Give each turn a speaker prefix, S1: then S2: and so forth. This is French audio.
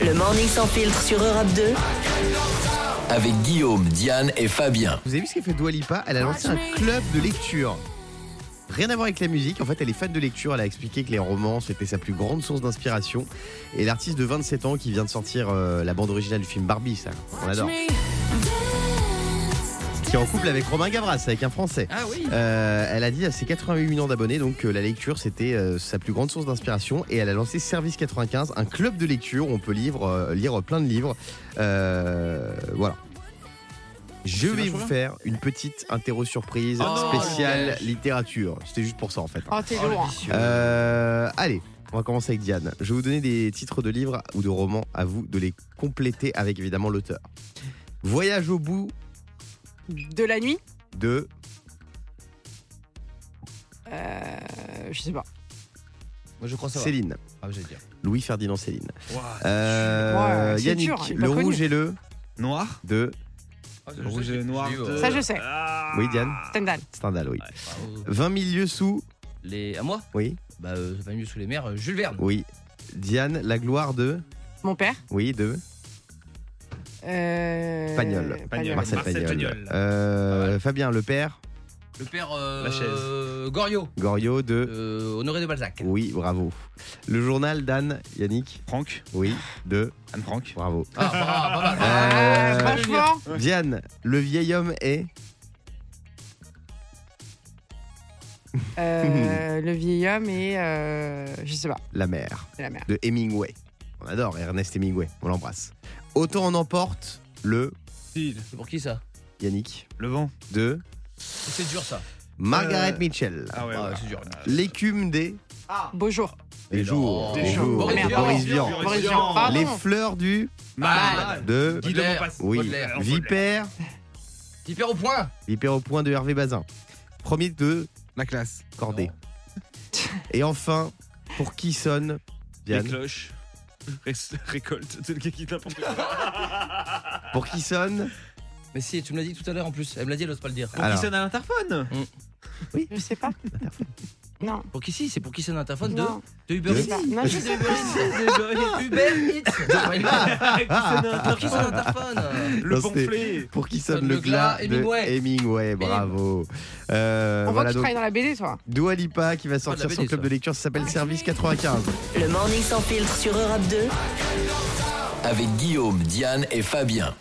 S1: Le Morning Sans Filtre sur Europe 2.
S2: Avec Guillaume, Diane et Fabien.
S3: Vous avez vu ce qu'a fait Dua Lipa Elle a lancé un club de lecture. Rien à voir avec la musique. En fait, elle est fan de lecture. Elle a expliqué que les romans, c'était sa plus grande source d'inspiration. Et l'artiste de 27 ans qui vient de sortir euh, la bande originale du film Barbie, ça, on adore. Qui est en couple avec Romain Gavras, avec un Français.
S4: Ah oui
S3: Euh, elle a dit à ses 88 millions d'abonnés donc que la lecture c'était euh, sa plus grande source d'inspiration et elle a lancé Service 95, un club de lecture où on peut livre, euh, lire plein de livres. Euh, voilà. Je vais vous faire une petite interro surprise
S4: Oh non, le
S3: spéciale
S4: piège.
S3: littérature. C'était juste pour ça en fait.
S5: Oh, t'es
S4: Oh, le
S5: lourd.
S4: vicieux.
S3: Euh, allez, on va commencer avec Diane. Je vais vous donner des titres de livres ou de romans à vous de les compléter avec évidemment l'auteur. Voyage au bout
S5: De la nuit
S3: de
S5: Euh, Je sais pas.
S4: Moi
S5: Oh,
S4: je crois ça va.
S3: Céline,
S4: Ah, j'allais dire.
S3: Louis Ferdinand Céline.
S4: Ouah,
S3: Euh,
S5: Ouais, c'est
S3: Yannick,
S5: dur, il est
S3: le
S5: pas connu.
S3: rouge et le
S4: Noir
S3: de
S6: Ah,
S4: Le Rouge et le noir.
S6: euh,
S4: de-
S5: Ça, je sais.
S4: euh. Ah.
S3: Oui, Diane.
S5: Stendhal.
S3: Stendhal, oui.
S4: Ouais, bravo.
S3: 20 milieux sous,
S6: Les... À moi
S3: oui,
S6: Bah, euh, pas mieux sous les mers, euh, Jules Verne.
S3: oui. Diane, la gloire de,
S5: Mon père.
S3: oui, de
S5: Euh...
S3: Pagnol.
S4: Pagnol.
S3: Marcel
S4: Marcel
S3: Pagnol.
S4: Pagnol.
S3: Euh,
S6: Pas mal.
S3: Fabien, le père,
S6: Le père euh,
S4: La chaise.
S6: euh, Goriot,
S3: Goriot de,
S6: euh, Honoré de Balzac.
S3: oui, bravo. Le journal d'Anne, Yannick,
S4: Franck.
S3: oui, de,
S4: Anne Franck.
S3: bravo.
S6: Ah, pas mal, pas mal.
S5: Ah,
S3: Euh,
S5: franchement,
S3: Diane, le vieil homme est,
S5: euh, le vieil homme et euh, je sais pas,
S3: la mère,
S5: la mère.
S3: de Hemingway. On adore Ernest Hemingway, on l'embrasse. Autant on emporte, le,
S6: C'est pour qui ça
S3: Yannick,
S4: Le vent.
S3: de
S6: C'est dur ça.
S3: Margaret
S4: Euh,
S3: Mitchell.
S4: Ah ouais.
S6: Ah,
S4: ouais.
S6: c'est dur.
S3: L'écume des,
S5: Beau jour.
S3: des
S6: Mais
S3: jours,
S6: non.
S3: des
S4: Des
S3: jours,
S6: jours.
S3: de
S6: Boris
S4: Ah,
S6: Vian.
S3: Boris Vian.
S5: Boris
S4: Vian. Ah,
S5: Vian, pardon.
S3: Les fleurs du
S4: Mal.
S3: de
S4: Guy
S6: Baudelaire.
S4: Lemon passe.
S3: oui
S6: Baudelaire.
S3: Vipère,
S6: Qui perd au point
S3: Vipère au point de Hervé Bazin. Premier de
S7: La classe.
S3: Cordée. Et enfin, pour qui sonne
S4: Les
S3: Diane
S4: cloches. Ré- Récolte. C'est le gars qui tape en plus.
S3: Pour qui sonne
S6: Mais si, tu me l'as dit tout à l'heure en plus. Elle me l'a dit, elle ose pas le dire.
S4: Pour qui
S3: Alors.
S4: sonne à l'interphone
S5: Je sais pas. non.
S6: Pour qui si C'est pour qui sonne l'interphone de,
S5: Non.
S6: de Uber
S5: Je
S6: Eats
S5: sais pas. Non, je sais pas.
S6: Uber Eats
S4: Qui sonne à
S6: Pour qui
S4: l'interphone
S6: sonne l'interphone
S4: Le
S3: Non, c'était-
S4: pamphlet.
S3: Pour qui sonne le glas de
S6: Hemingway.
S3: Hemingway, bravo. Euh,
S5: On voit que
S3: voilà
S5: tu
S3: donc
S5: travailles dans la BD, toi.
S3: Dua Lipa qui va sortir
S6: BD,
S3: son club
S6: ça.
S3: de lecture, ça s'appelle Service 95.
S1: Le Morning Sans Filtre sur Europe 2.
S2: Avec Guillaume, Diane et Fabien.